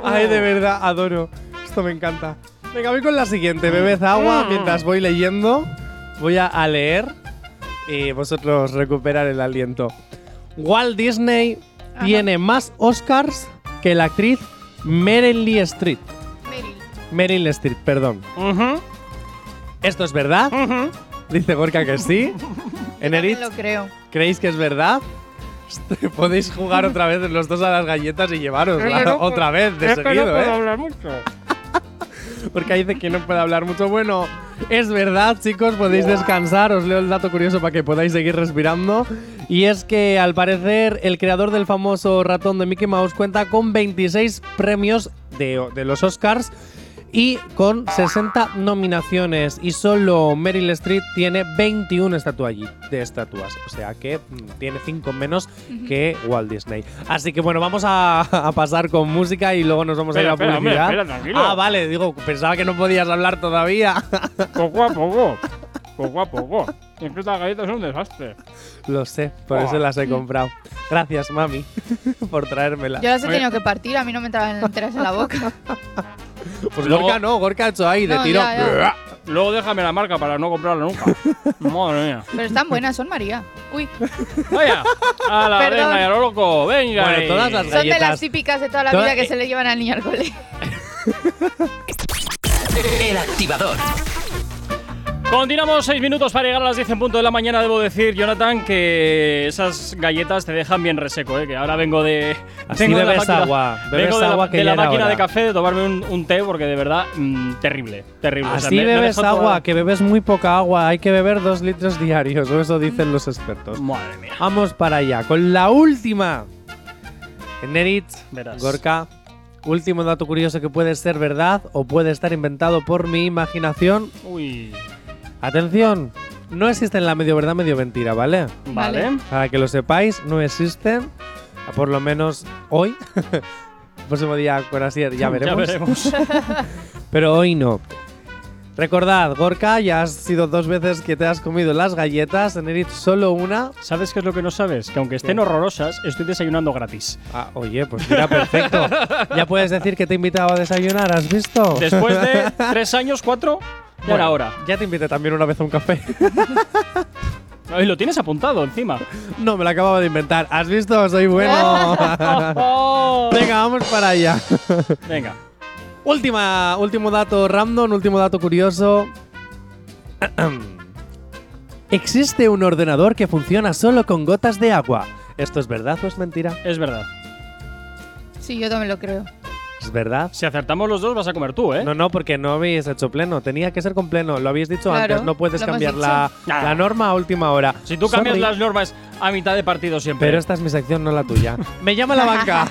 Speaker 5: Ay, de verdad, adoro. Esto me encanta. Venga, voy con la siguiente. Bebed agua mientras voy leyendo. Voy a- a leer y vosotros recuperar el aliento. Walt Disney tiene más Oscars que la actriz Meryl Lee Streep. Meryl. Streep, perdón. ¿Esto es verdad? Dice Gorka que sí. Enerit,
Speaker 4: Lo creo.
Speaker 5: ¿creéis que es verdad? Podéis jugar otra vez los dos a las galletas y llevaros
Speaker 13: Es que no puedo-
Speaker 5: otra vez de
Speaker 13: es que no
Speaker 5: seguido,
Speaker 13: puedo
Speaker 5: ¿eh?
Speaker 13: hablar mucho.
Speaker 5: Porque ahí dice que no puede hablar mucho. Bueno, es verdad, chicos, podéis descansar. Os leo el dato curioso para que podáis seguir respirando. Y es que al parecer el creador del famoso ratón de Mickey Mouse cuenta con 26 premios de, de los Oscars y con 60 nominaciones. Y solo Meryl Streep tiene 21 estatualli- de estatuas. O sea que mm, tiene 5 menos que Walt Disney. Así que bueno, vamos a, a pasar con música y luego nos vamos
Speaker 13: Espera,
Speaker 5: a ir a
Speaker 13: espera, hombre,
Speaker 5: publicidad.
Speaker 13: espera, tranquilo.
Speaker 5: Ah, vale, digo, pensaba que no podías hablar todavía.
Speaker 13: Poco a poco. Poco a poco.
Speaker 3: Es que estas galletas son un desastre.
Speaker 5: Lo sé, por eso
Speaker 3: Oh.
Speaker 5: las he comprado. Gracias, mami, por traérmelas.
Speaker 4: Yo las he tenido que partir, a mí no me entraban enteras en la boca.
Speaker 5: Pues Gorka no, Gorka ha hecho ahí de
Speaker 4: No,
Speaker 5: tiro.
Speaker 4: ya, ya.
Speaker 3: Luego déjame la marca para no comprarla nunca. Madre mía.
Speaker 4: Pero están buenas, son María. Uy.
Speaker 3: Vaya, a la
Speaker 4: Perdón.
Speaker 3: venga, ya lo loco, venga.
Speaker 5: Bueno,
Speaker 3: y-
Speaker 5: todas las
Speaker 4: Son de las típicas de toda la
Speaker 3: Toda-
Speaker 4: vida que
Speaker 3: eh.
Speaker 4: se le llevan al niño al cole.
Speaker 2: El activador.
Speaker 3: Continuamos seis minutos para llegar a las 10 en punto de la mañana. Debo decir, Jonathan, que esas galletas te dejan bien reseco, ¿eh? que ahora vengo de.
Speaker 5: Así
Speaker 3: vengo de la
Speaker 5: bebes
Speaker 3: máquina-
Speaker 5: agua, bebes
Speaker 3: vengo de la,
Speaker 5: agua que
Speaker 3: de
Speaker 5: ya
Speaker 3: la
Speaker 5: era
Speaker 3: máquina
Speaker 5: hora.
Speaker 3: de café de tomarme un, un té, porque de verdad, mm, terrible, terrible.
Speaker 13: pues,
Speaker 3: O sea,
Speaker 5: Así
Speaker 3: me- me
Speaker 5: bebes
Speaker 3: deja toda-
Speaker 5: agua, que bebes muy poca agua. Hay que beber dos litros diarios, o eso dicen los expertos.
Speaker 3: Madre mía.
Speaker 5: Vamos para allá, con la última. Nerit,
Speaker 3: Verás.
Speaker 5: Gorka, último dato curioso que puede ser verdad o puede estar inventado por mi imaginación.
Speaker 3: Uy.
Speaker 5: Atención, no existen la medio verdad, medio mentira, ¿vale?
Speaker 3: Vale. Vale.
Speaker 5: Para que lo sepáis, no existen, por lo menos hoy. Próximo día con Asier, ya veremos. Pero hoy no. Recordad, Gorka, ya has sido dos veces que te has comido las galletas, Enerit solo una.
Speaker 3: ¿Sabes qué es lo que no sabes? Que aunque estén
Speaker 5: ¿Qué?
Speaker 3: horrorosas, estoy desayunando gratis.
Speaker 5: Ah, oye, pues mira, perfecto. ya puedes decir que te he invitado a desayunar, ¿has visto?
Speaker 3: Después de tres años, cuatro, ya
Speaker 5: Bueno,
Speaker 3: era hora.
Speaker 5: Ya te invité también una vez a un café.
Speaker 3: Ay, lo tienes apuntado encima.
Speaker 5: no, me lo acababa de inventar. ¿Has visto? Soy bueno. Venga, vamos para allá.
Speaker 3: Venga.
Speaker 5: Última, último dato random, último dato curioso. Existe un ordenador que funciona solo con gotas de agua. ¿Esto es verdad o es mentira?
Speaker 3: Es verdad.
Speaker 4: Sí, yo también lo creo.
Speaker 5: ¿Es verdad?
Speaker 3: Si acertamos los dos, vas a comer tú, ¿eh?
Speaker 5: No, no, porque no habéis hecho pleno. Tenía que ser con pleno. Lo habéis dicho
Speaker 3: Claro,
Speaker 5: antes. No puedes
Speaker 3: lo hemos
Speaker 5: cambiar la,
Speaker 3: dicho.
Speaker 5: la
Speaker 3: Nada.
Speaker 5: norma a última hora.
Speaker 3: Ah. Si tú cambias
Speaker 5: Sorry,
Speaker 3: las normas a mitad de partido siempre.
Speaker 5: Pero esta es mi sección, no la tuya. Me llama la banca.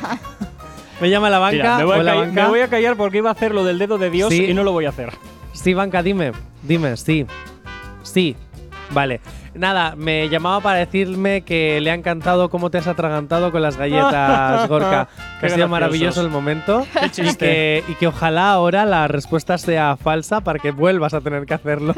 Speaker 5: Me llama la banca.
Speaker 3: Mira, me, voy a
Speaker 5: Hola,
Speaker 3: callar,
Speaker 5: banca.
Speaker 3: me voy a callar porque iba a hacer lo del dedo de Dios
Speaker 5: Sí.
Speaker 3: y no lo voy a hacer.
Speaker 5: Sí, banca, dime. Dime, sí. Sí. Vale. Nada, me llamaba para decirme que le ha encantado cómo te has atragantado con las galletas, Gorka. Que
Speaker 3: Qué
Speaker 5: ha sido
Speaker 3: graciosos.
Speaker 5: maravilloso el momento.
Speaker 3: Qué
Speaker 5: Y
Speaker 3: chiste.
Speaker 5: que, y que ojalá ahora la respuesta sea falsa para que vuelvas a tener que hacerlo.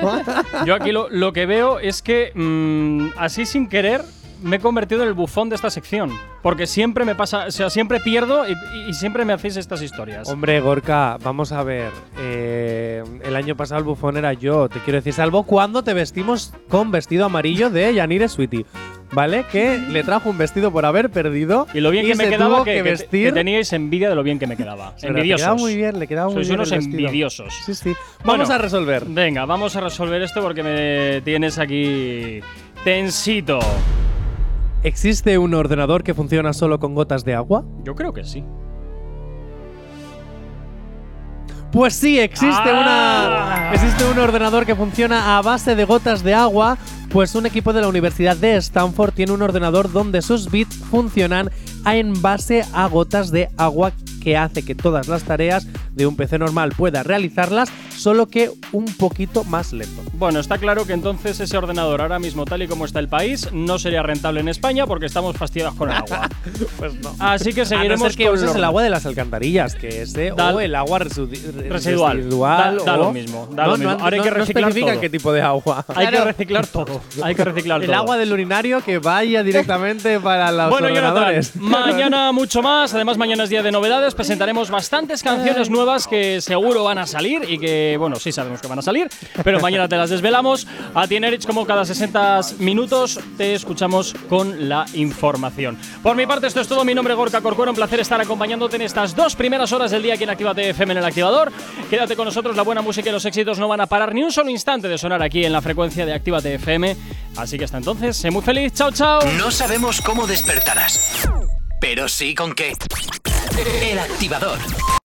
Speaker 3: Yo aquí lo, lo que veo es que mm, así sin querer me he convertido en el bufón de esta sección. Porque siempre me pasa, o sea, siempre pierdo y, y- y siempre me hacéis estas historias.
Speaker 5: Hombre, Gorka, vamos a ver. eh, el año pasado el bufón era yo, te quiero decir, salvo cuando te vestimos con vestido amarillo de Yanire Sweetie. ¿Vale? Que le trajo un vestido por haber perdido.
Speaker 3: y lo bien que me
Speaker 5: se
Speaker 3: quedaba
Speaker 5: tuvo
Speaker 3: que, que-
Speaker 5: vestir.
Speaker 3: que teníais envidia de lo bien que me quedaba.
Speaker 5: Pero le
Speaker 3: Envidiosos.
Speaker 5: quedaba muy bien, le quedaba muy
Speaker 3: Sois
Speaker 5: bien.
Speaker 3: unos
Speaker 5: el vestido.
Speaker 3: envidiosos.
Speaker 5: Sí, sí. Vamos
Speaker 3: Bueno,
Speaker 5: a resolver.
Speaker 3: Venga, vamos a resolver esto porque me tienes aquí tensito.
Speaker 5: ¿Existe un ordenador que funciona solo con gotas de agua?
Speaker 3: Yo creo que sí.
Speaker 5: Pues sí, existe
Speaker 3: Ah.
Speaker 5: una. Existe un ordenador que funciona a base de gotas de agua. Pues un equipo de la Universidad de Stanford tiene un ordenador donde sus bits funcionan a- en base a gotas de agua que hace que todas las tareas de un PC normal pueda realizarlas, solo que un poquito más lento.
Speaker 3: Bueno, está claro que entonces ese ordenador ahora mismo, tal y como está el país, no sería rentable en España porque estamos fastidiados con el agua.
Speaker 5: Pues no.
Speaker 3: Así que seguiremos
Speaker 5: a no ser que
Speaker 3: con
Speaker 5: uses
Speaker 3: lo-
Speaker 5: el agua de las alcantarillas, que ese
Speaker 3: Da-
Speaker 5: o el agua residu-
Speaker 3: Residual.
Speaker 5: residual,
Speaker 3: Da- da
Speaker 5: o-
Speaker 3: lo mismo, da
Speaker 5: no,
Speaker 3: lo mismo.
Speaker 5: No,
Speaker 3: Ahora hay
Speaker 5: no-
Speaker 3: que
Speaker 5: no
Speaker 3: reciclar
Speaker 5: especifican
Speaker 3: todo.
Speaker 5: qué tipo de agua.
Speaker 3: Hay que reciclar todo. Hay que reciclar
Speaker 5: el
Speaker 3: todo.
Speaker 5: agua del urinario que vaya directamente para los
Speaker 3: bueno, Jonathan,
Speaker 5: ordenadores.
Speaker 3: mañana mucho más. Además, mañana es día de novedades. Presentaremos bastantes canciones nuevas que seguro van a salir y que, bueno, sí sabemos que van a salir, pero mañana te las desvelamos. A ti, Nerich, como cada 60 minutos, te escuchamos con la información. Por mi parte, esto es todo. Mi nombre es Gorka Corcuero. Un placer estar acompañándote en estas dos primeras horas del día aquí en Actívate FM en el activador. Quédate con nosotros. La buena música y los éxitos no van a parar ni un solo instante de sonar aquí en la frecuencia de Actívate FM. Así que hasta entonces, sé muy feliz. Chao, chao.
Speaker 2: No sabemos cómo despertarás, pero sí con qué. El activador.